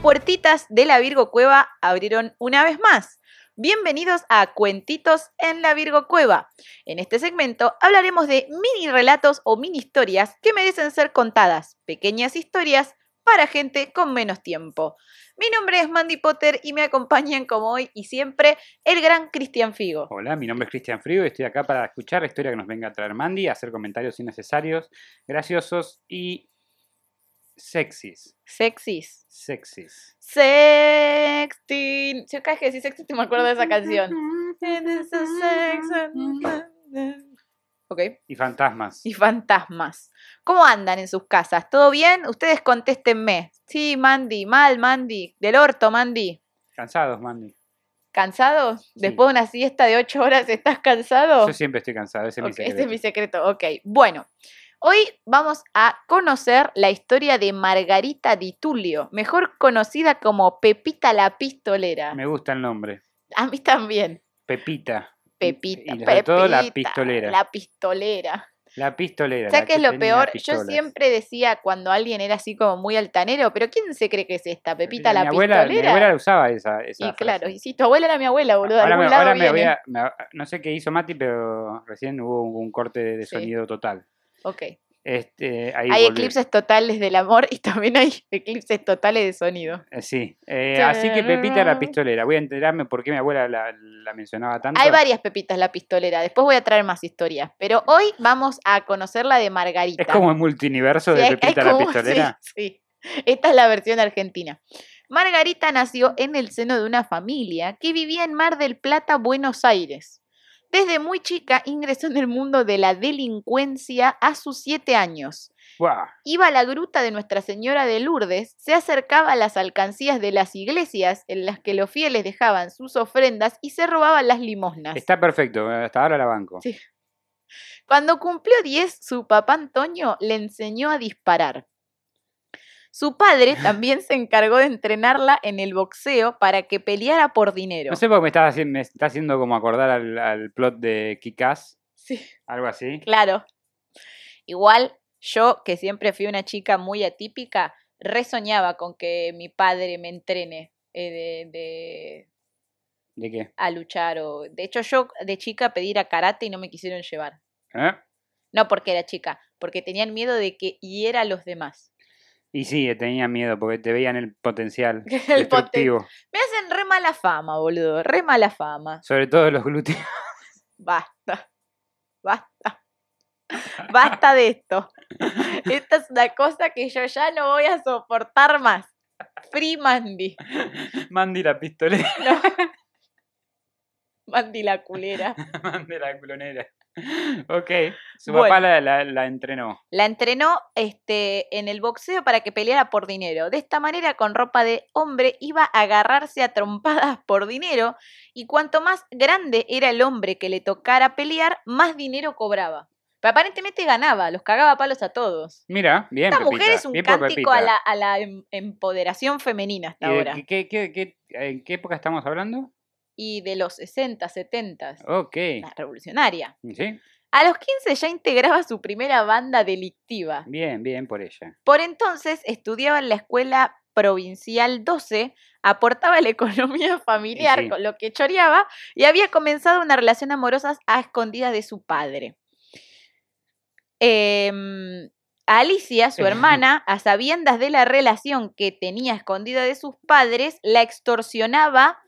puertitas de la Virgo Cueva abrieron una vez más. Bienvenidos a Cuentitos en la Virgo Cueva. En este segmento hablaremos de mini relatos o mini historias que merecen ser contadas, pequeñas historias para gente con menos tiempo. Mi nombre es Mandy Potter y me acompañan como hoy y siempre el gran Cristian Figo. Hola, mi nombre es Cristian Frigo y estoy acá para escuchar la historia que nos venga a traer Mandy, hacer comentarios innecesarios, graciosos y sexys. Sexys. Sexys. Sexting. Yo cada vez que decís sexting me acuerdo de esa canción. It is a sex- Ok. Y fantasmas. Y fantasmas. ¿Cómo andan en sus casas? ¿Todo bien? Ustedes contéstenme. Sí, Mandy, mal, Mandy. Del orto, Mandy. Cansados, Mandy. ¿Cansado? Después de una siesta de ocho horas, ¿estás cansado? Yo siempre estoy cansado, ese es mi Oh. Ok, secreto. ese es mi secreto. Ok, bueno. Hoy vamos a conocer la historia de Margarita Di Tulio, mejor conocida como Pepita la Pistolera. Me gusta el nombre. A mí también. Pepita. Pepita. Y sobre todo la Pepita, pistolera. La pistolera. La pistolera. ¿Sabes la qué es lo tenía peor? Yo pistolas. siempre decía cuando alguien era así como muy altanero, pero ¿quién se cree que es esta? Pepita la mi abuela, pistolera. Mi abuela usaba esa. esa y frase. Ah, claro, y sí, tu abuela era mi abuela, boludo. de ahora me, algún lado ahora me voy viene. a, me- no sé qué hizo Mati, pero recién hubo un, un corte de, de Sí. sonido total. Ok. Este, ahí Hay volví. eclipses totales del amor y también hay eclipses totales de sonido. Eh, Sí. Eh, así que Pepita la pistolera. Voy a enterarme por qué mi abuela la, la mencionaba tanto. Hay varias pepitas la pistolera, después voy a traer más historias, pero hoy vamos a conocer la de Margarita. Es como el multiverso de Sí, hay- hay Pepita la como- pistolera. Sí, sí. Esta es la versión argentina. Margarita nació en el seno de una familia que vivía en Mar del Plata, Buenos Aires. Desde muy chica ingresó en el mundo de la delincuencia a sus siete años. Guau. Iba a la gruta de Nuestra Señora de Lourdes, se acercaba a las alcancías de las iglesias en las que los fieles dejaban sus ofrendas y se robaban las limosnas. Está perfecto. eh, Hasta ahora la banco. Sí. Cuando cumplió 10, su papá Antonio le enseñó a disparar. Su padre también se encargó de entrenarla en el boxeo para que peleara por dinero. No sé por qué me estás haciendo, me está haciendo como acordar al, al plot de Kikaz, Sí, algo así. claro. Igual yo, que siempre fui una chica muy atípica, resoñaba con que mi padre me entrene eh, de- de, ¿De qué? a luchar. O... De hecho, yo de chica pedí ir a karate y no me quisieron llevar. ¿Eh? No porque era chica, porque tenían miedo de que hiera a los demás. Y sí, eh, tenía miedo porque te veían el potencial El poten- destructivo. Me hacen re mala fama, boludo. Re mala fama. Sobre todo los glúteos. Basta. Basta. Basta de esto. Esta es una cosa que yo ya no voy a soportar más. Free Mandy. Mandy la pistolera. Mandy la culera. Mandy la culonera. Ok. Su Bueno. papá la, la- la entrenó. La entrenó este, en el boxeo para que peleara por dinero. De esta manera, con ropa de hombre, iba a agarrarse a trompadas por dinero y cuanto más grande era el hombre que le tocara pelear, más dinero cobraba. Pero aparentemente ganaba, los cagaba a palos a todos. Mira, bien. Esta Pepita, mujer es un bien por cántico a Pepita. la, a la em- empoderación femenina hasta ¿Y de ahora. qué- qué- qué- qué- ¿En qué época estamos hablando? Y de los 60, 70, Ok. la revolucionaria. ¿Sí? A los 15 ya integraba su primera banda delictiva. Bien, bien por ella. Por entonces estudiaba en la escuela provincial 12, aportaba a la economía familiar sí. con lo que choreaba y había comenzado una relación amorosa a escondidas de su padre. Em, a Alicia, su hermana, a sabiendas de la relación que tenía escondida de sus padres, la extorsionaba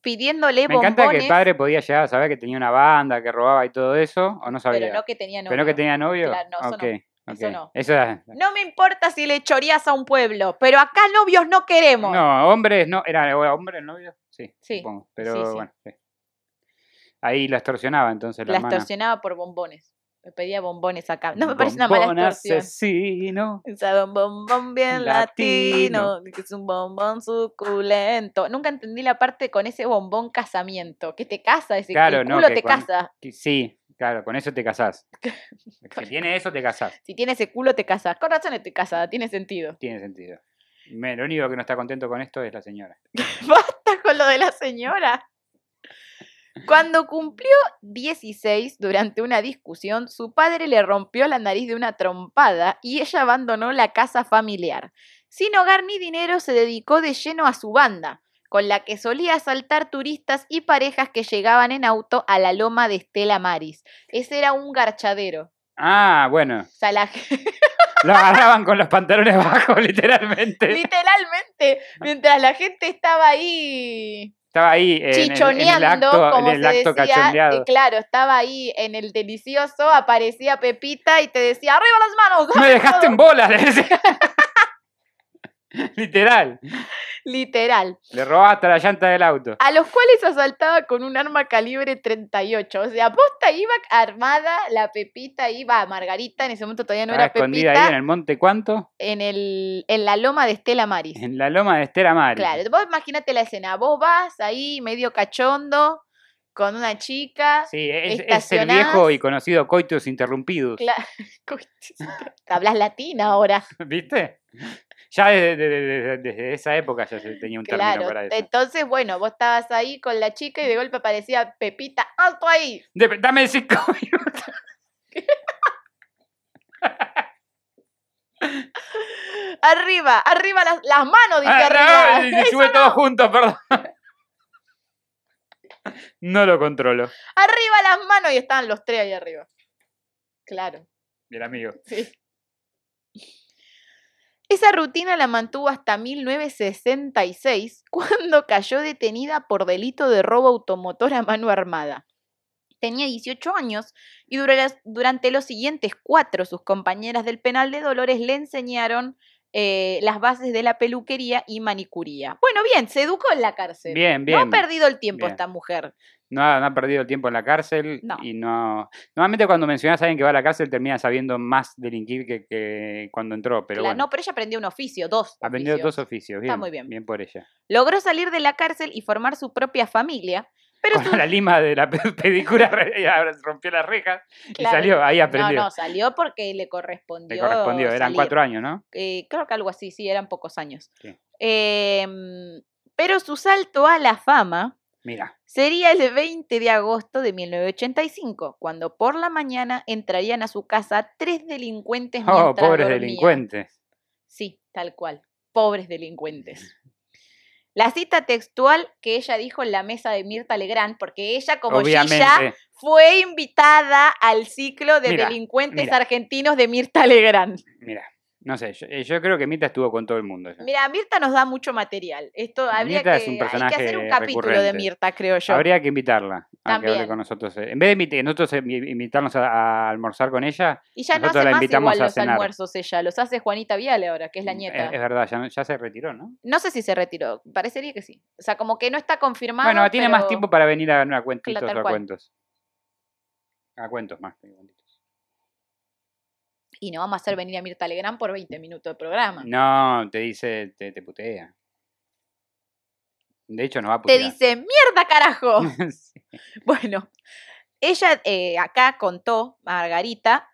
pidiéndole Me encanta que bombones, el padre podía llegar a saber que tenía una banda, que robaba y todo eso, o no sabía. pero no que tenía novio. ¿Pero no que tenía novio? Claro, no, eso no. Ok, ok. Eso no. Eso era- No me importa si le choreas a un pueblo, pero acá novios no queremos. No, hombres no. ¿Era hombre el novio? Sí, Sí, supongo. Pero sí, sí. bueno, sí. Ahí la extorsionaba entonces la, La hermana. extorsionaba por bombones. Me pedía bombones acá. No me parece una mala Bombón extorsión. asesino. O sea, un bombón bien Latino. latino, que es un bombón suculento. Nunca entendí la parte con ese bombón casamiento, que te casa, ese Claro, el no, culo que te con- casa. Que- Sí, claro, con eso te casás. Si tiene eso, te casás. Si tiene ese culo te casa. Con razón estoy casada, tiene sentido. Tiene sentido. Me- lo único que no está contento con esto es la señora. Basta con lo de la señora. Cuando cumplió 16, durante una discusión, su padre le rompió la nariz de una trompada y ella abandonó la casa familiar. Sin hogar ni dinero, se dedicó de lleno a su banda, con la que solía asaltar turistas y parejas que llegaban en auto a la loma de Estela Maris. Ese era un garchadero. Ah, bueno. O sea, la gente- Lo agarraban con los pantalones bajos, literalmente. literalmente, mientras la gente estaba ahí Estaba ahí eh, en el, en el chichoneando, acto, en como el se acto decía. cachondeado. eh, claro, estaba ahí en el delicioso, aparecía Pepita y te decía, arriba las manos. ¡Me dejaste en bolas! le decía. Literal. Literal. Le robaste la llanta del auto. a los cuales asaltaba con un arma calibre 38. O sea, aposta iba armada, la Pepita iba, Margarita en ese momento todavía no Estaba era Ah, escondida Pepita, ahí en el monte cuánto? en, el, en la loma de Estela Maris. En la loma de Estela Maris. Claro, vos imagínate la escena, vos vas ahí medio cachondo con una chica. Sí, es, es el Estacionás. viejo y conocido coitus interrumpidos. cla- Hablas latina ahora. ¿Viste? Ya desde, desde- desde- desde esa época ya se tenía un término Claro. para eso. Entonces, bueno, vos estabas ahí con la chica y de golpe aparecía Pepita, alto ahí. De- dame cinco minutos. Arriba, arriba las, las manos, dice Ah, arriba. no, y- y sube todo junto, perdón. No lo controlo. Arriba las manos y estaban los tres ahí arriba. Claro, Y el amigo. sí. Esa rutina la mantuvo hasta 1966, cuando cayó detenida por delito de robo automotor a mano armada. Tenía 18 años y dura- durante los siguientes cuatro sus compañeras del penal de Dolores le enseñaron eh, las bases de la peluquería y manicuría. Bueno, bien, se educó en la cárcel. Bien, no bien. ha perdido el tiempo bien. esta mujer. No ha, no ha perdido el tiempo en la cárcel. No. Y no. Normalmente cuando mencionas a alguien que va a la cárcel termina sabiendo más delinquir que, que cuando entró. Pero Claro, bueno. No, pero ella aprendió un oficio, dos. Aprendió oficios. dos oficios. Bien, Está muy bien. Bien por ella. Logró salir de la cárcel y formar su propia familia, pero su- Con la lima de la pe- pedicura re- ahora rompió las rejas y claro, salió. Ahí No, aprendió. no, salió porque le correspondió. Le correspondió. Eran salir. cuatro años, ¿no? Eh, creo que algo así, sí, eran pocos años. Sí. Em, pero su salto a la fama Mira. sería el 20 de agosto de 1985, cuando por la mañana entrarían a su casa tres delincuentes. Oh, mientras pobres dormía. delincuentes. Sí, tal cual. Pobres delincuentes. La cita textual que ella dijo en la mesa de Mirta Legrand, porque ella, como Gilla, Obviamente. fue invitada al ciclo de Mira, delincuentes mira. argentinos de Mirta Legrand. Mira. No sé, yo, eh, yo creo que Mita estuvo con todo el mundo. ya. Mira, Mirta nos da mucho material. Esto habría Mirta que, es un hay que hacer un personaje capítulo de recurrente. Mirta, creo yo. Habría que invitarla a que hable También. con nosotros. eh. En vez de invit- nosotros eh, invitarnos a, a almorzar con ella, y ya no nosotros hace la más invitamos igual a los cenar. almuerzos ella, los hace Juanita Viale ahora, que es la mm, nieta. Es, es verdad, ya, no- ya se retiró, ¿no? No sé si se retiró, parecería que sí. O sea, como que no está confirmado. bueno, tiene más pero- tiempo para venir a, a cuentitos tal o a cual. cuentos. A cuentos más. que cuentitos. Y no vamos a hacer venir a Mirta Legrand por 20 minutos de programa. Mm, No, te dice, te, te putea. De hecho, nos va Te a putear. dice, mierda carajo. Sí. bueno, ella eh, acá contó, Margarita,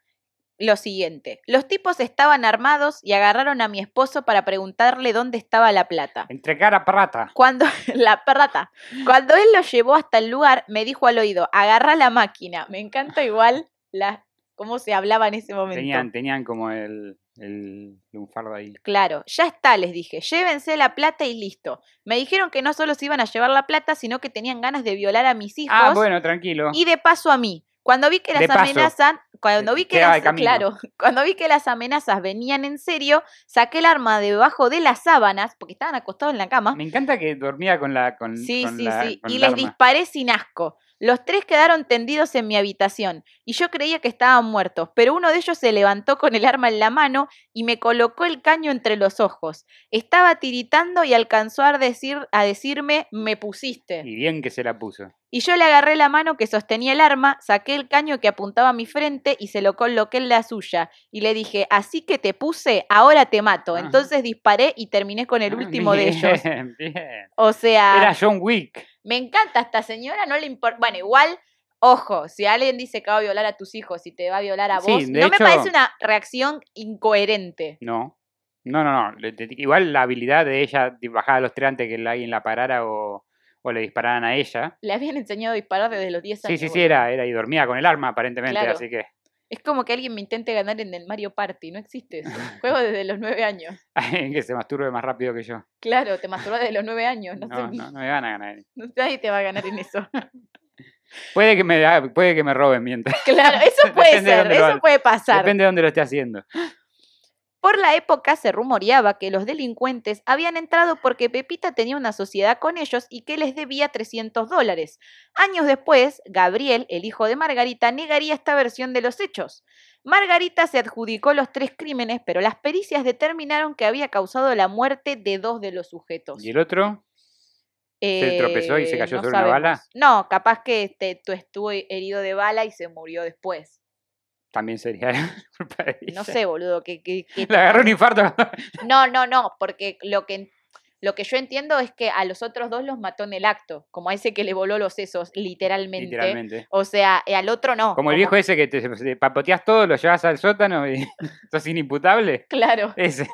lo siguiente. Los tipos estaban armados y agarraron a mi esposo para preguntarle dónde estaba la plata. Entre cara prata. Cuando la plata, cuando él lo llevó hasta el lugar, me dijo al oído, agarra la máquina. Me encanta igual la, cómo se hablaba en ese momento. Tenían, tenían como el, el lunfardo ahí. Claro, ya está, les dije, llévense la plata y listo. Me dijeron que no solo se iban a llevar la plata, sino que tenían ganas de violar a mis hijos Ah, bueno, tranquilo. y de paso a mí. Cuando vi que De las paso. amenazas, cuando vi que Quedaba de las, camino. claro, cuando vi que las amenazas venían en serio, saqué el arma debajo de las sábanas, porque estaban acostados en la cama. Me encanta que dormía con la. Con, Sí, con sí, la- sí. con Y el les arma. disparé sin asco. Los tres quedaron tendidos en mi habitación y yo creía que estaban muertos, pero uno de ellos se levantó con el arma en la mano y me colocó el caño entre los ojos. Estaba tiritando y alcanzó a, decir, a decirme, me pusiste. Y bien que se la puso. Y yo le agarré la mano que sostenía el arma, saqué el caño que apuntaba a mi frente y se lo coloqué en la suya. Y le dije, así que te puse, ahora te mato. Ajá. Entonces disparé y terminé con el último de ellos. Ah. Ah. Bien, bien. O sea... Era John Wick. Me encanta esta señora, no le importa. Bueno, igual, ojo, si alguien dice que va a violar a tus hijos y te va a violar a Sí, vos, de no me hecho- parece una reacción incoherente. No. No, no, no. Le- te- Igual la habilidad de ella de bajar a los tres antes que la- alguien la parara o, o le dispararan a ella. Le habían enseñado a disparar desde los 10 Sí, años. sí, sí, boludo. era, era. Y dormía con el arma, aparentemente, Claro. así que. Es como que alguien me intente ganar en el Mario Party, no existe eso. Juego desde los nueve años. que se masturbe más rápido que yo. Claro, te masturbas desde los nueve años, no, No, sé, no, no me van a ganar. nadie te va a ganar en eso. Puede que me, ah, puede que me roben mientras. Claro, eso puede Depende de ser, dónde lo eso hagas. puede pasar. Depende de dónde lo esté haciendo. Por la época se rumoreaba que los delincuentes habían entrado porque Pepita tenía una sociedad con ellos y que les debía 300 dólares. Años después, Gabriel, el hijo de Margarita, negaría esta versión de los hechos. Margarita se adjudicó los tres crímenes, pero las pericias determinaron que había causado la muerte de dos de los sujetos. ¿Y el otro? ¿Se tropezó y se Eh, cayó no sobre una bala? sabemos. No, capaz que este, tú estuvo herido de bala y se murió después. También sería culpa de No ella. sé, boludo, que, que- que Le agarró un infarto. No, no, no, porque lo que, lo que yo entiendo es que a los otros dos los mató en el acto, como a ese que le voló los sesos, literalmente. Literalmente. O sea, eh, al otro no. Como el viejo ese que te, te papoteas todo, lo llevas al sótano y sos inimputable. Claro. Ese.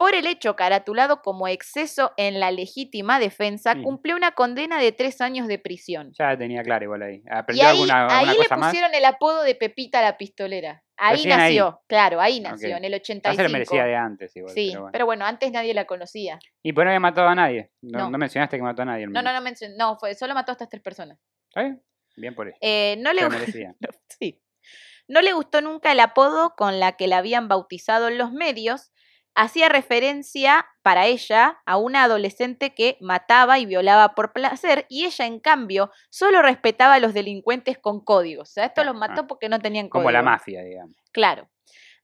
Por el hecho caratulado como exceso en la legítima defensa, Sí. cumplió una condena de tres años de prisión. Ya la tenía claro igual ahí. Y ¿Aprendió ahí, alguna, ahí alguna le cosa más? pusieron el apodo de Pepita la pistolera. Ahí Recién ahí. Ah, nació, claro, ahí Ok. nació, en el Ya se 85. lo merecía de antes igual. sí, pero bueno. antes nadie la conocía. Y pues no había matado a nadie. No, No. no mencionaste que mató a nadie. al No, menos. no, no, mencioné- no fue, solo mató a estas tres personas. ¿Está bien? Bien por eso. Eh, no Se le lo merecía. Sí. No le gustó nunca el apodo con la que la habían bautizado en los medios. Hacía referencia para ella a una adolescente que mataba y violaba por placer y ella, en cambio, solo respetaba a los delincuentes con códigos. O sea, esto los Claro, mató porque no tenían códigos. Como la mafia, digamos. Claro.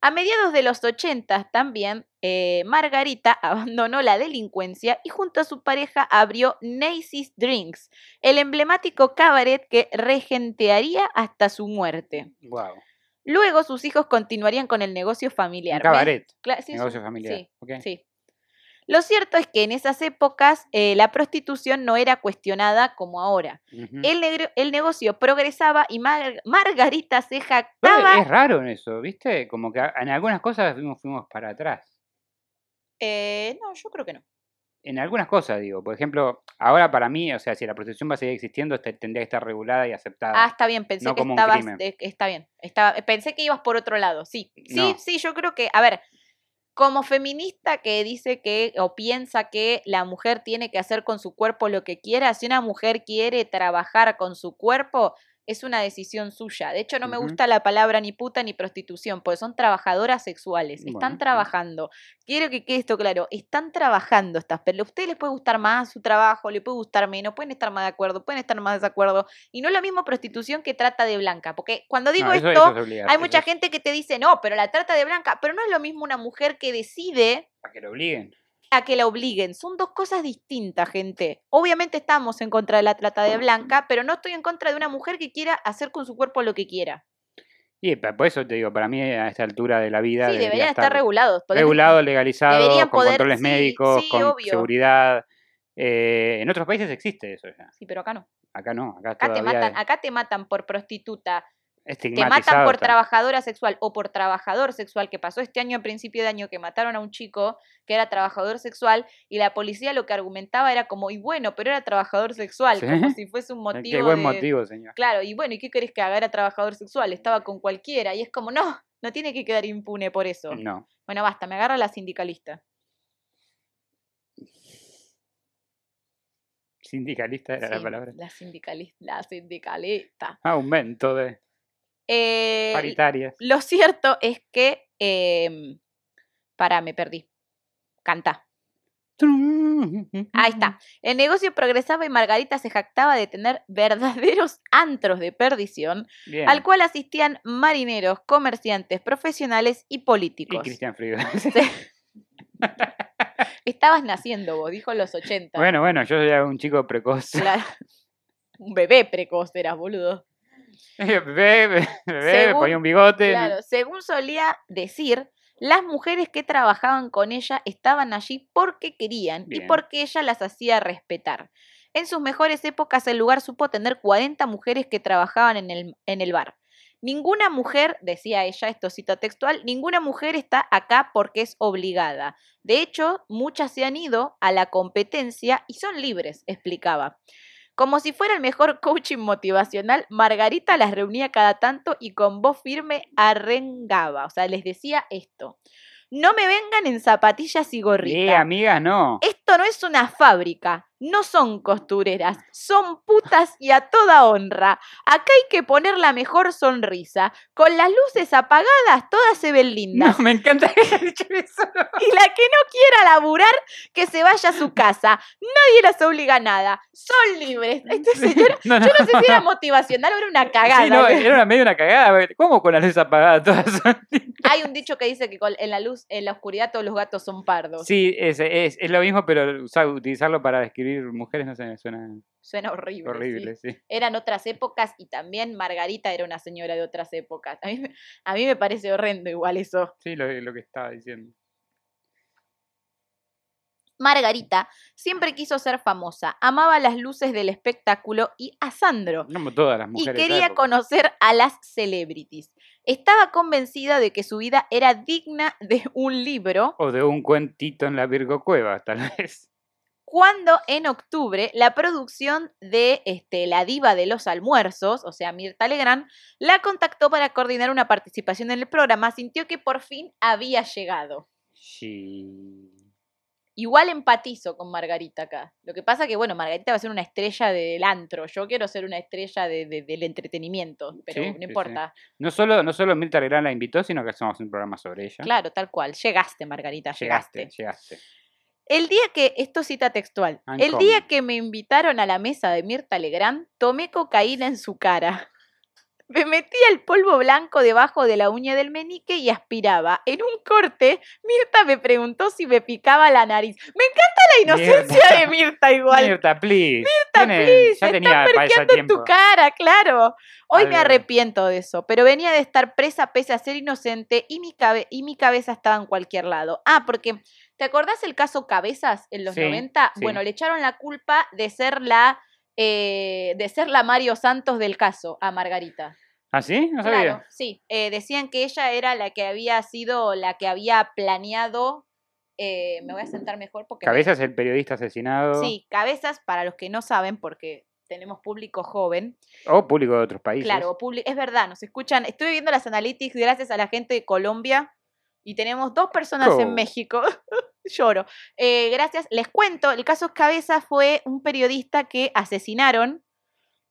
A mediados de los 80 también, eh, Margarita abandonó la delincuencia y junto a su pareja abrió Nacy's Drinks, el emblemático cabaret que regentearía hasta su muerte. Wow. Luego sus hijos continuarían con el negocio familiar. Un cabaret. Cla- sí, es negocio un- familiar. sí, ok. sí. Lo cierto es que en esas épocas eh, la prostitución no era cuestionada como ahora. Ujú. El, negro- el negocio progresaba y Mar- Margarita se Pero jactaba. Es raro en eso, ¿viste? Como que a- en algunas cosas fuimos, fuimos para atrás. Eh, no, yo creo que no. En algunas cosas, digo. Por ejemplo, ahora para mí, o sea, si la prostitución va a seguir existiendo, este- tendría que estar regulada y aceptada. Ah, está bien, pensé no que como un estabas. crimen. eh, está bien. Estaba, pensé que ibas por otro lado. Sí, sí, No. sí, yo creo que. A ver, como feminista que dice que o piensa que la mujer tiene que hacer con su cuerpo lo que quiera, si una mujer quiere trabajar con su cuerpo, es una decisión suya. De hecho, no me Ujú. gusta la palabra ni puta ni prostitución, porque son trabajadoras sexuales. Están Bueno, sí. trabajando. Quiero que quede esto claro. Están trabajando estas pero A ustedes les puede gustar más su trabajo, les puede gustar menos, pueden estar más de acuerdo, pueden estar más de desacuerdo. Y no es lo mismo prostitución que trata de blanca. Porque cuando digo No, eso- esto, eso es obligado, hay eso mucha es gente que te dice, no, pero la trata de blanca. Pero no es lo mismo una mujer que decide Para que lo obliguen. a que la obliguen. Son dos cosas distintas, gente. Obviamente estamos en contra de la trata de blanca, pero no estoy en contra de una mujer que quiera hacer con su cuerpo lo que quiera. Y pa- por eso te digo, para mí a esta altura de la vida. Sí, debería deberían estar regulados. podrían- regulado, legalizado, deberían con poder- controles sí, médicos, sí, con obvio. seguridad. Eh, en otros países existe eso ya. Sí, pero acá no. Acá no, acá, Acá te, todavía matan, es acá te matan por prostituta, te estigmatizado. matan por está. trabajadora sexual o por trabajador sexual, que pasó este año a principio de año que mataron a un chico que era trabajador sexual y la policía lo que argumentaba era como, y bueno, pero era trabajador sexual, como Sí. Ah, si fuese un Qué- motivo. Qué buen de- motivo, señor. Claro, y bueno, ¿y qué querés que haga? Era trabajador sexual, estaba con cualquiera, y es como, no, no tiene que quedar impune por eso. No. Bueno, basta, me agarra la sindicalista. Sindicalista era la Sí, palabra. La sindicalista. La sindicalista. Aumento de Eh, paritarias. Lo cierto es que. em, pará, me perdí. Canta. Ahí está. El negocio progresaba y Margarita se jactaba de tener verdaderos antros de perdición, Bien. al cual asistían marineros, comerciantes, profesionales y Y políticos. Cristian Frigo. Estabas naciendo vos, dijo en los 80. bueno, bueno, yo soy un chico precoz. Claro. Un bebé precoz eras, boludo. bebé, bebé, me Según- ponía un bigote. Claro, según solía decir, las mujeres que trabajaban con ella estaban allí porque querían y Bien. porque ella las hacía respetar. En sus mejores épocas el lugar supo tener 40 mujeres que trabajaban en el, en el bar. Ninguna mujer, decía ella, esto cita textual, ninguna mujer está acá porque es obligada. De hecho, muchas se han ido a la competencia y son libres, explicaba. Como si fuera el mejor coaching motivacional, Margarita las reunía cada tanto y con voz firme arrengaba. O sea, les decía esto. No me vengan en zapatillas y Eh, gorritas. amigas, no. Esto no es una fábrica, no son costureras, son putas y a toda honra. Acá hay que poner la mejor sonrisa. Con las luces apagadas, todas se ven lindas. No, me encanta que haya dicho eso. Y la que no quiera laburar, que se vaya a su casa. Nadie las obliga a nada. Son libres. Este señor, No, no. yo no sé si era motivacional o era una cagada. Sí, no, eh. era una medio una cagada. porque ¿Cómo con las luces apagadas todas? Hay un dicho que dice que con- en la luz, en la oscuridad, todos los gatos son pardos. Sí, es, es, es lo mismo, pero usar- utilizarlo para describir mujeres no se me suena Suena horrible. sí. horrible, sí. Eran otras épocas y también Margarita era una señora de otras épocas. A mí, me- a mí me parece horrendo igual eso. Sí, lo, lo que estaba diciendo. Margarita siempre quiso ser famosa, amaba las luces del espectáculo y a Sandro, Como todas las y mujeres. de quería esa época. conocer a las celebrities. Estaba convencida de que su vida era digna de un libro O de un cuentito en la Virgo Cueva, tal vez. cuando en octubre la producción de este, La Diva de los Almuerzos, o sea, Mirta Legrand, la contactó para coordinar una participación en el programa. Sintió que por fin había llegado. Sí. Igual empatizo con Margarita acá. Lo que pasa que, bueno, Margarita va a ser una estrella del antro. Yo quiero ser una estrella de- de- del entretenimiento, pero Sí, sí, no sí. importa. No solo, no solo Mirta Legrand la invitó, sino que hacemos un programa sobre ella. Claro, tal cual. Llegaste, Margarita, llegaste. llegaste, llegaste. El día que, esto cita textual, I'm el día coming. que me invitaron a la mesa de Mirta Legrand, tomé cocaína en su cara. Me metía el polvo blanco debajo de la uña del menique y aspiraba. En un corte, Mirta me preguntó si me picaba la nariz. Me encanta la inocencia Mirta. de Mirta igual. Mirta, please. Mirta, Tiene- please, ya está tenía para ese Ando en tu tiempo. cara, claro. Hoy me Algo. arrepiento de eso, pero venía de estar presa pese a ser inocente y mi, cabe- y mi cabeza estaba en cualquier lado. Ah, porque ¿te acordás el caso Cabezas en los Sí, 90? sí. Bueno, le echaron la culpa de ser la eh, de ser la Mario Santos del caso a Margarita. ¿Ah, sí? No sabía. Claro, sí. Eh, decían que ella era la que había sido, la que había planeado. eh, me voy a sentar mejor porque me- Cabezas el periodista asesinado. eh, Sí, cabezas para los que no saben porque tenemos público joven. O público de otros países. Claro, publi- es verdad, nos escuchan. Estuve viendo las analytics gracias a la gente de Colombia y tenemos dos personas Co. en México. Lloro. Eh, gracias. Les cuento, el caso Cabeza fue un periodista que asesinaron.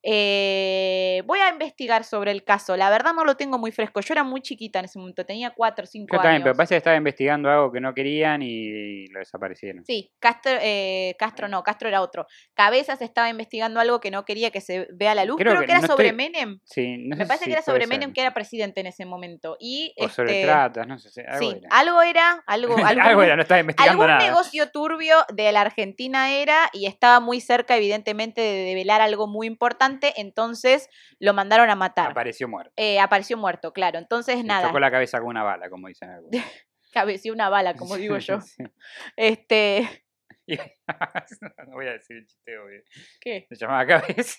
Eh, voy a investigar sobre el caso. La verdad no lo tengo muy fresco. Yo era muy chiquita en ese momento, tenía 4 o 5 Yo años. también, pero parece que estaba investigando algo que no querían y lo desaparecieron. Sí, Castro, eh, Castro no, Castro era otro. Cabezas estaba investigando algo que no quería que se vea a la luz. Creo Creo, que que, era no estoy- sobre Menem. Sí, no Me sé parece si que era puede sobre ser. Menem, que era presidente en ese momento. Y, O sobre este, tratas, no sé. si- Algo sí, era. algo era, algo, algún, Algo era, no estaba investigando algún nada. negocio turbio de la Argentina era y estaba muy cerca, evidentemente, de develar algo muy importante, entonces lo mandaron a matar. Apareció muerto. Eh, apareció muerto, claro. Entonces, Le nada, Chocó la cabeza con una bala, como dicen algunos. cabeció una bala, como digo yo. Sí. Este, Y- no voy a decir el chiste, obvio. ¿qué? Se llamaba cabeza.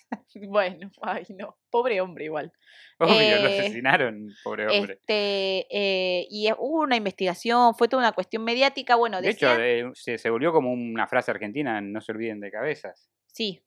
Bueno, ay no, pobre hombre igual. Obvio, lo Eh, asesinaron, pobre hombre. Este, eh, y eh, hubo una investigación, fue toda una cuestión mediática, bueno, de hecho, decían- eh, se, se volvió como una frase argentina, no se olviden de cabezas. sí,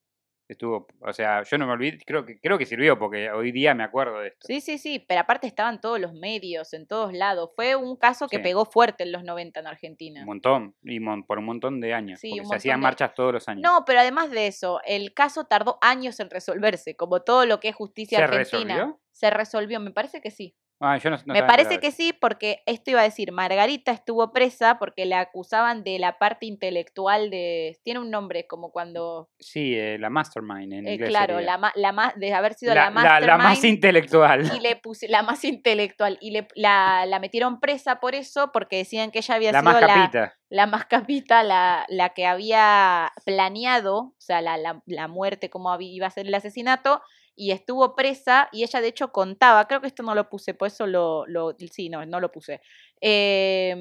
Estuvo, o sea, yo no me olvidé, creo que, creo que sirvió porque hoy día me acuerdo de esto. Sí, sí, sí, pero aparte estaban todos los medios, en todos lados. Fue un caso que Sí. pegó fuerte en los 90 en Argentina. Un montón, y mon- por un montón de años. Sí, porque un se hacían montón de- marchas todos los años. No, pero además de eso, el caso tardó años en resolverse, como todo lo que es ¿Se justicia argentina. resolvió? Se resolvió, me parece que sí. Ah, yo no, no me sabía parece nada de que eso. sí, porque esto iba a decir, Margarita estuvo presa porque la acusaban de la parte intelectual de... Tiene un nombre, como cuando... Sí, eh, la mastermind en eh, inglés. claro, sería. la, ma- la ma- de haber sido La- la, la- la más mastermind. intelectual. y le puse la más intelectual y le, la, la metieron presa por eso porque decían que ella había La sido más la, capita. la más capita, la, la que había planeado, o sea, la, la- la muerte, cómo había- iba a ser el asesinato, y estuvo presa y ella de hecho contaba, creo que esto no lo puse, por eso lo, lo sí, no, no lo puse. Eh,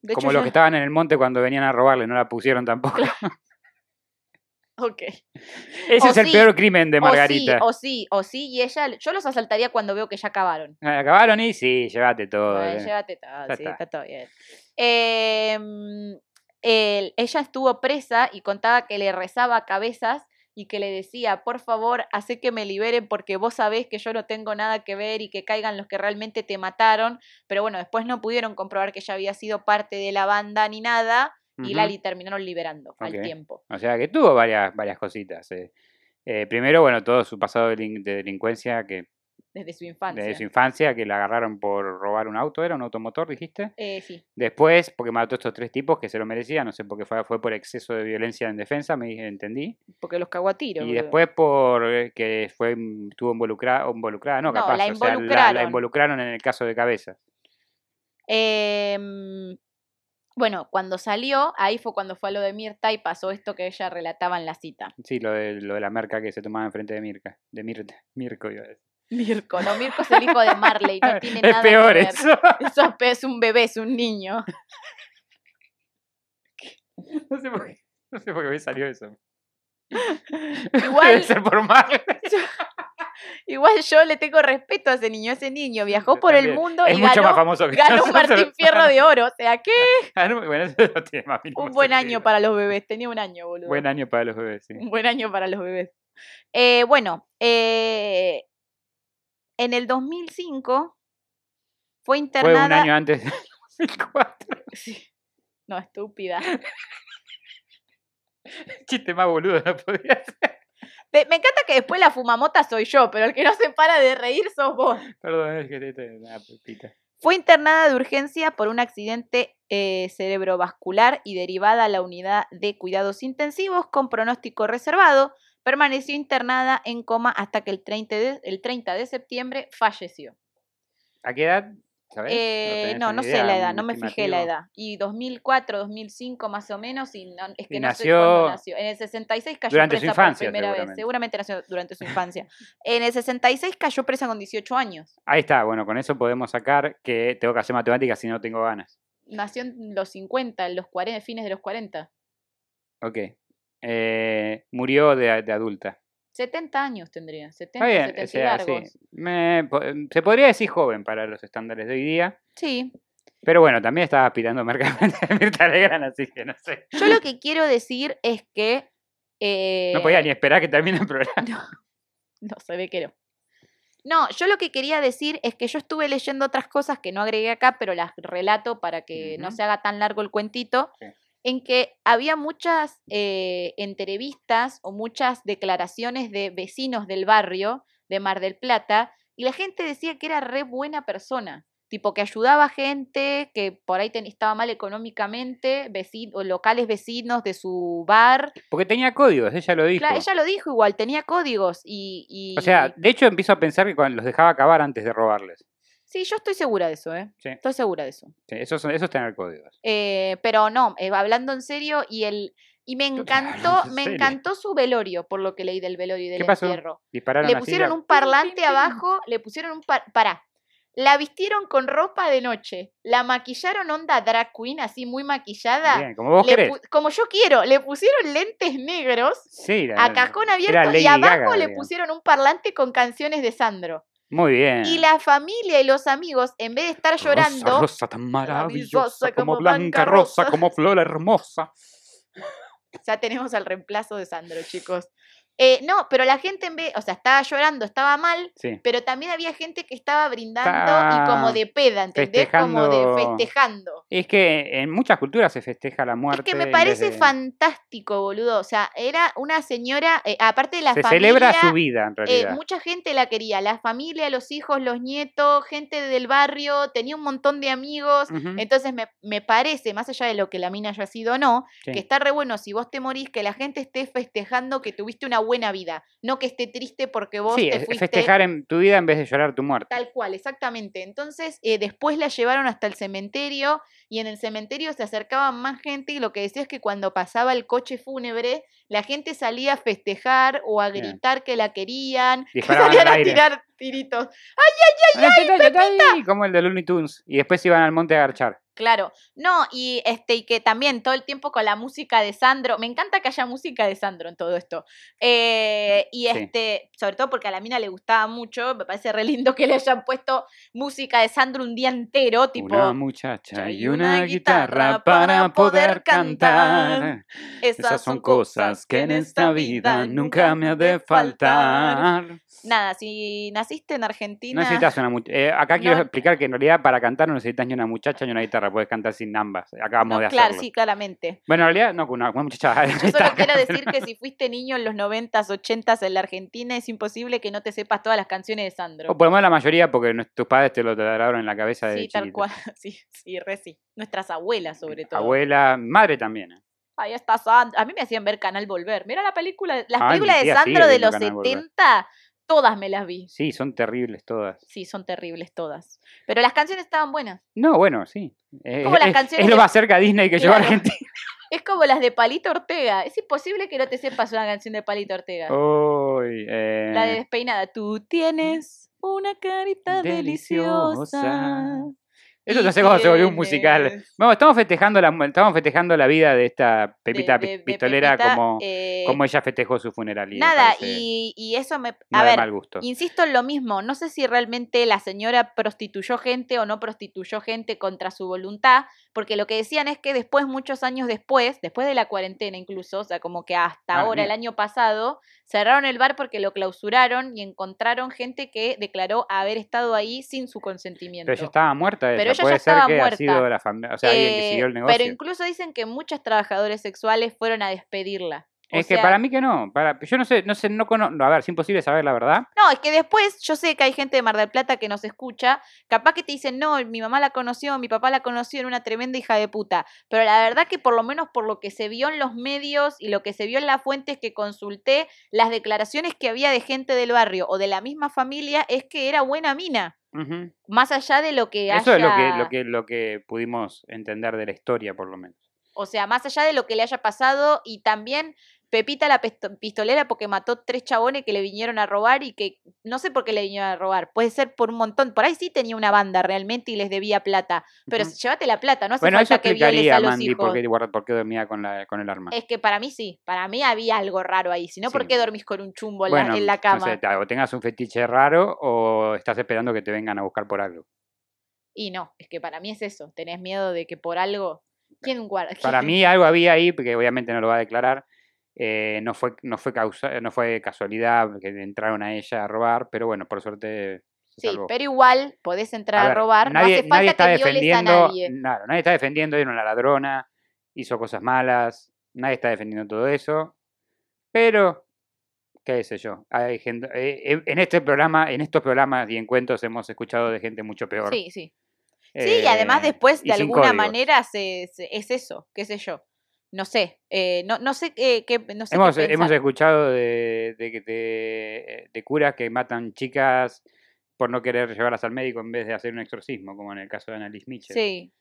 de hecho, Como los yo- que estaban en el monte cuando venían a robarle, no la pusieron tampoco. Ok. Ese O es el sí, peor crimen de Margarita. O sí, o sí, o sí, y ella, yo los asaltaría cuando veo que ya acabaron. Ah, Acabaron y sí, llévate todo. Bueno, eh. llévate todo, Ya sí, está. está todo bien. Em, el- ella estuvo presa y contaba que le rezaba a cabezas y que le decía, por favor, hace que me liberen porque vos sabés que yo no tengo nada que ver y que caigan los que realmente te mataron. Pero bueno, después no pudieron comprobar que ella había sido parte de la banda ni nada y Ujú. Lali terminaron liberando Ok. al tiempo. O sea que tuvo varias, varias cositas. eh. Eh, primero, bueno, todo su pasado de, delin- de delincuencia que Desde su infancia. desde su infancia, que la agarraron por robar un auto, era un automotor, dijiste. Eh, sí, Después, porque mató a estos tres tipos que se lo merecían, no sé por qué fue, fue por exceso de violencia en defensa, me dije, entendí. porque los cagó a tiro, Y boludo. después por eh, que fue mm, estuvo involucrada, involucrada, no, No, capaz, la o sea, la, involucraron. involucraron en el caso de cabeza. Em, bueno, cuando salió, ahí fue cuando fue a lo de Mirta y pasó esto que ella relataba en la cita. Sí, lo de, lo de la merca que se tomaba enfrente de Mirka, de Mirta, Mirko iba a decir. Mirko, no, Mirko es el hijo de Marley, no tiene es nada que peor ver. eso. Eso es pe- es un bebé, es un niño. No sé por qué, no sé por qué me salió eso. Debe Igual, ser por mal. igual yo le tengo respeto a ese niño. Ese niño viajó por el También. mundo Es y mucho más ganó, famoso que ganó un nosotros. Martín Fierro de Oro. O sea, ¿qué? Ah, no, Bueno, eso no tiene más mínimo Un buen año sentido. para los bebés. Tenía un año, boludo. Buen año para los bebés, sí. Un buen año para los bebés. Eh, bueno, eh, en el 2005 fue Fue internada. un año antes del 2004. Sí. No, estúpida. Chiste más boludo no podía ser. Te- me encanta que después la fumamota soy yo, pero el que no se para de reír sos vos. Perdón, es que te- te- ah, pepita. Fue internada de urgencia por un accidente eh, cerebrovascular y derivada a la unidad de cuidados intensivos con pronóstico reservado. Permaneció internada en coma hasta que el 30 de, el 30 de septiembre falleció. ¿A qué edad? ¿Sabés? Eh, tenés no, ni no sé idea, la edad, un no me fijé la estimativo. edad. Y 2004, 2005 más o menos, y no- es que Y no sé cuándo nació- nació. En el 66 cayó Durante su presa por infancia, primera vez, seguramente. seguramente nació durante su infancia. En el 66 cayó presa con 18 años. Ahí está, bueno, con eso podemos sacar que tengo que hacer matemáticas si no tengo ganas. Nació en los 50, en los 40, fines de los 40. Ok. Eh, murió de, de adulta. 70 años tendría, 70, Está bien, 70 o y sea, sí. largos. Me- po- em, se podría decir joven para los estándares de hoy día, Sí. pero bueno, también estaba aspirando mercadamente a Mirta Legrand, así que no sé. Yo lo que quiero decir es que. eh, No podía ni esperar que termine el programa. No, se ve que no. No, yo lo que quería decir es que yo estuve leyendo otras cosas que no agregué acá, pero las relato para que no Ujú. se haga tan largo el cuentito, Sí. en que había muchas eh, entrevistas o muchas declaraciones de vecinos del barrio de Mar del Plata y la gente decía que era re buena persona, tipo que ayudaba a gente que por ahí ten- estaba mal económicamente, veci- o locales vecinos de su bar. Porque tenía códigos, ella lo dijo. Claro, ella lo dijo igual, tenía códigos y... y- O sea, de hecho empiezo a pensar que cuando los dejaba acabar antes de robarles. Sí, yo estoy segura de eso, ¿eh? Sí. Estoy segura de eso. Sí, eso, es- eso es tener códigos. Eh, pero no, eh, hablando en serio, y el y me encantó, hablando en me serio. encantó su velorio, por lo que leí del velorio y del ¿Qué pasó? entierro. Dispararon Le así pusieron la- un parlante abajo, le pusieron un par pará. La vistieron con ropa de noche, la maquillaron onda drag queen, así muy maquillada. Bien, como vos le querés. pu- como yo quiero, le pusieron lentes negros Sí, la- a cajón abierto Lady y abajo le Gaga, digamos. pusieron un parlante con canciones de Sandro. Muy bien. Y la familia y los amigos, en vez de estar llorando, Rosa, rosa tan maravillosa, maravillosa como como blanca blanca rosa, rosa. como flor hermosa. Ya tenemos al reemplazo de Sandro, chicos. Eh, no, pero la gente en vez, o sea, estaba llorando, estaba mal, Sí. pero también había gente que estaba brindando y Estaba como de peda, ¿entendés? Como de festejando. festejando. Es que en muchas culturas se festeja la muerte. es que me en parece vez de- fantástico, boludo. O sea, era una señora, eh, aparte de la Se familia. celebra su vida, en eh, realidad. mucha gente la quería, la familia, los hijos, los nietos, gente del barrio, tenía un montón de amigos. Ujú. Entonces me, me parece, más allá de lo que la mina haya sido o no, Sí. que está re bueno si vos te morís, que la gente esté festejando que tuviste una buena vida, no que esté triste porque vos Sí, te es- es fuiste. festejar en tu vida en vez de llorar tu muerte. Tal cual, exactamente. Entonces, eh, después la llevaron hasta el cementerio y en el cementerio se acercaban más gente y lo que decía es que cuando pasaba el coche fúnebre, la gente salía a festejar o a Bien. gritar que la querían, que Disparaban al salían a aire. tirar tiritos. Ah, Como el de Looney Tunes. Y después iban al monte a garchar. Claro, no, y este, y que también todo el tiempo con la música de Sandro, me encanta que haya música de Sandro en todo esto. Eh, y Sí. este, sobre todo porque a la mina le gustaba mucho, me parece re lindo que le hayan puesto música de Sandro un día entero, tipo. Una muchacha y una guitarra para poder cantar. Esas son cosas que en esta vida nunca me ha de faltar. Nada, si naciste en Argentina. No necesitas una muchacha. eh, acá quiero No. explicar que en realidad para cantar no necesitas ni una muchacha ni una guitarra, puedes cantar sin ambas. Acabamos No, de hacerlo. claro, sí, claramente. Bueno, en realidad no, con una, con una muchacha. Yo solo quiero decir que si fuiste niño en los 90s, 80s en la Argentina, es imposible que no te sepas todas las canciones de Sandro. O por lo menos la mayoría, porque nos- tus padres te lo taladraron en la cabeza de Mm, sí, tal chiquito. cual. Sí, sí, re sí. Nuestras abuelas, sobre todo. Abuela, madre también. ¿eh? Ahí está Sandro. A mí me hacían ver Canal Volver. Mira la película, las Ay, mi películas de tía sigue Sandro de viendo los Canal 70, Volver. todas me las vi. Sí, son terribles todas. Sí, son terribles todas. Pero las canciones estaban buenas. No, bueno, sí. Eh, Como las es, canciones es lo de- más cerca a Disney que lleva Claro. Argentina. Es como las de Palito Ortega. Es imposible que no te sepas una canción de Palito Ortega. Uy, Oh, eh, La de despeinada. Tú tienes una carita deliciosa. Eso Y se hace cuando se volvió un tienes- musical. Vamos, estamos festejando la, mu- estamos festejando la vida de esta Pepita de- de- pi- de Pistolera Pepita, como, eh, como ella festejó su funeral. y me nada, parece y, y eso me... A nada de ver, mal gusto. insisto en lo mismo, no sé si realmente la señora prostituyó gente o no prostituyó gente contra su voluntad, porque lo que decían es que después, muchos años después, después de la cuarentena incluso, o sea, como que hasta Ah, ahora, el mira. año pasado, cerraron el bar porque lo clausuraron y encontraron gente que declaró haber estado ahí sin su consentimiento. Pero ella estaba muerta. Pero ella. ella ya Puede ser estaba que muerta. ha sido la familia, o sea, alguien que Eh, siguió el negocio. Pero incluso dicen que muchas trabajadoras sexuales fueron a despedirla. O es que sea, para mí que no. Para, yo no sé, no sé, no conozco. A ver, es imposible saber la verdad. No, es que después yo sé que hay gente de Mar del Plata que nos escucha, capaz que te dicen, no, mi mamá la conoció, mi papá la conoció, era una tremenda hija de puta. Pero la verdad que por lo menos por lo que se vio en los medios y lo que se vio en las fuentes que consulté, las declaraciones que había de gente del barrio o de la misma familia es que era buena mina, Ujú. más allá de lo que Eso es lo que, haya- lo, que, lo que pudimos entender de la historia, por lo menos. O sea, más allá de lo que le haya pasado y también Pepita la pesto- pistolera porque mató tres chabones que le vinieron a robar y que no sé por qué le vinieron a robar. Puede ser por un montón. Por ahí sí tenía una banda realmente y les debía plata. Pero Ujú. llévate la plata, no hace Bueno, eso falta que violes explicaría a a los Mandy hijos. por qué, guarda- por qué dormía con, la, con el arma. Es que para mí sí, para mí había algo raro ahí. Si no, Sí. ¿por qué dormís con un chumbo en la- en la No cama? sé, ta- o tengas un fetiche raro o estás esperando que te vengan a buscar por algo. Y no, es que para mí es eso. Tenés miedo de que por algo. ¿Quién guarda? Para mí algo había ahí, porque obviamente no lo va a declarar. eh, no fue no fue causa, no fue casualidad que entraron a ella a robar, pero bueno, por suerte se Sí, salvó. pero igual podés entrar A a, ver, robar. no hace falta nadie está que violes a defendiendo, nadie. claro, nadie está defendiendo, era una ladrona, hizo cosas malas, nadie está defendiendo todo eso, pero qué sé yo, hay gente, eh, eh, en este programa, en estos programas y encuentros hemos escuchado de gente mucho peor. Sí, sí. Sí, y además eh, después y de sin alguna códigos. manera se, se- es eso, qué sé yo. No sé, eh, no, no sé qué, qué- no sé qué Hemos, eh, hemos pensar. escuchado de, de, que te- de curas que matan chicas por no querer llevarlas al médico en vez de hacer un exorcismo, como en el caso de Annalise Mitchell. Sí.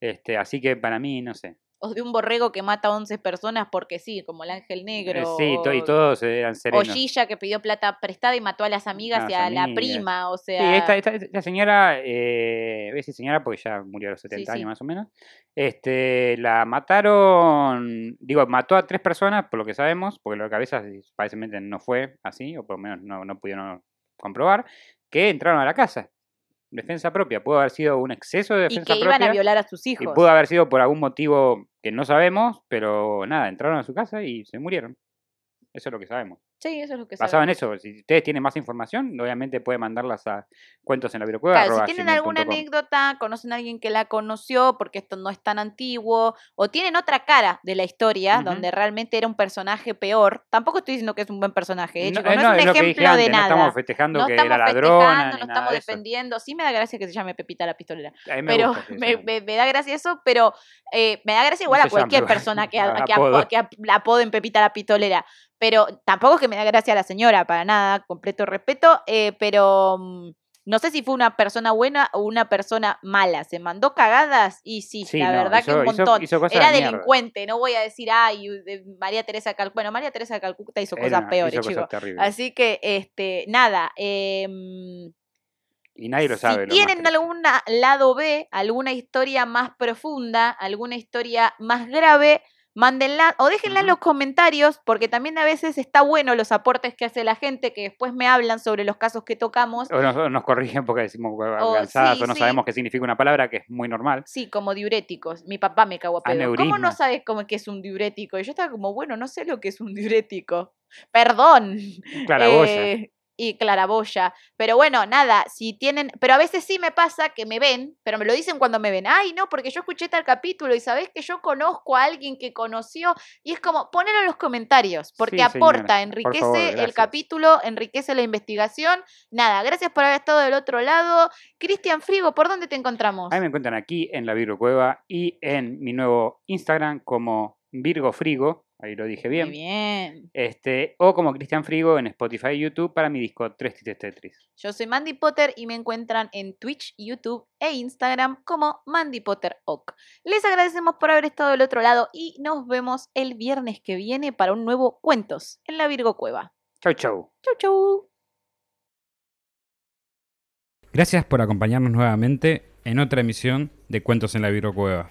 Este, así que para mí, no sé. O de un borrego que mata a 11 personas porque sí, como el ángel Eh, negro. sí, to- y o- todos eran O serenos. Gilla que pidió plata prestada y mató a las amigas Mm, Las y a la amigas. prima, o sea. Sí, esta, esta- esta señora, eh, voy a decir señora porque ya murió a los 70 sí. años más o menos, este, la mataron, digo, mató a tres personas, por lo que sabemos, porque lo de cabeza sí, parecemente no fue así, o por lo menos no, no pudieron comprobar, que entraron a la casa. Defensa propia, pudo haber sido un exceso de y defensa que iban a propia, violar a sus y hijos. pudo haber sido por algún motivo que no sabemos, pero nada, entraron a su casa y se murieron. Eso es lo que sabemos Sí, eso es lo que basado sabemos. en eso. Si ustedes tienen más información, obviamente pueden mandarlas a cuentos en la birocueva. Claro, si tienen alguna anécdota, conocen a alguien que la conoció, porque esto no es tan antiguo, o tienen otra cara de la historia, Ujú. donde realmente era un personaje peor. Tampoco estoy diciendo que es un buen personaje, ¿eh, chicos, eh, no, es un lo que dije ejemplo antes, de No nada. estamos festejando no que estamos era festejando, ladrona. no ni nada estamos de eso. defendiendo. Sí me da gracia que se llame Pepita la pistolera. A mí me pero gusta que me, se- me- me da gracia eso, pero eh, me da gracia igual se a cualquier llama igual, persona que, a- al que, apo- apodo. que ap- la apoden Pepita la pistolera. Pero tampoco es que me da gracia a la señora, para nada, completo respeto, eh, pero mm, No sé si fue una persona buena o una persona mala. Se mandó cagadas y sí, Sí, la no, verdad que hizo- un hizo- montón. hizo cosas Era de mierda. delincuente, no voy a decir, ay, de María Teresa de Calcuta. Bueno, María Teresa de Calcuta hizo Era cosas una- peores, hizo cosas chicos. terribles. Así que, este, nada. em, Y nadie lo sabe. si lo más tienen triste. algún lado B, alguna historia más profunda, alguna historia más grave, mándenla o déjenla en Ujú. los comentarios, porque también a veces está bueno los aportes que hace la gente, que después me hablan sobre los casos que tocamos. O nos, o nos corrigen porque decimos O, avanzadas Oh, sí, o no sí. sabemos qué significa una palabra, que es muy normal. Sí, como diuréticos. Mi papá me cagó a pedo. ¿Cómo no Aneurisma. sabes cómo que es un diurético? Y yo estaba como, bueno, no sé lo que es un diurético. Perdón. Claraboya. Eh, y claraboya. Pero bueno, nada, si tienen. Pero a veces sí me pasa que me ven, pero me lo dicen cuando me ven. Ay, no, porque yo escuché tal capítulo y sabés que yo conozco a alguien que conoció. Y es como, ponelo en los comentarios, porque Sí, señora, aporta, favor, enriquece el gracias. capítulo, enriquece la investigación. Nada, gracias por haber estado del otro lado. Cristian Frigo, ¿por dónde te encontramos? Ahí me encuentran aquí en la Virgo Cueva y en mi nuevo Instagram como Virgo Frigo. Ahí lo dije bien. Muy bien. Este, o como Cristian Frigo en Spotify y YouTube para mi disco Tres Tristes Tetris. Yo soy Mandy Potter y me encuentran en Twitch, YouTube e Instagram como Mandy Potter Oc. Les agradecemos por haber estado del otro lado y nos vemos el viernes que viene para un nuevo Cuentos en la Virgo Cueva. Chau, chau. Chau, chau. Gracias por acompañarnos nuevamente en otra emisión de Cuentos en la Virgo Cueva.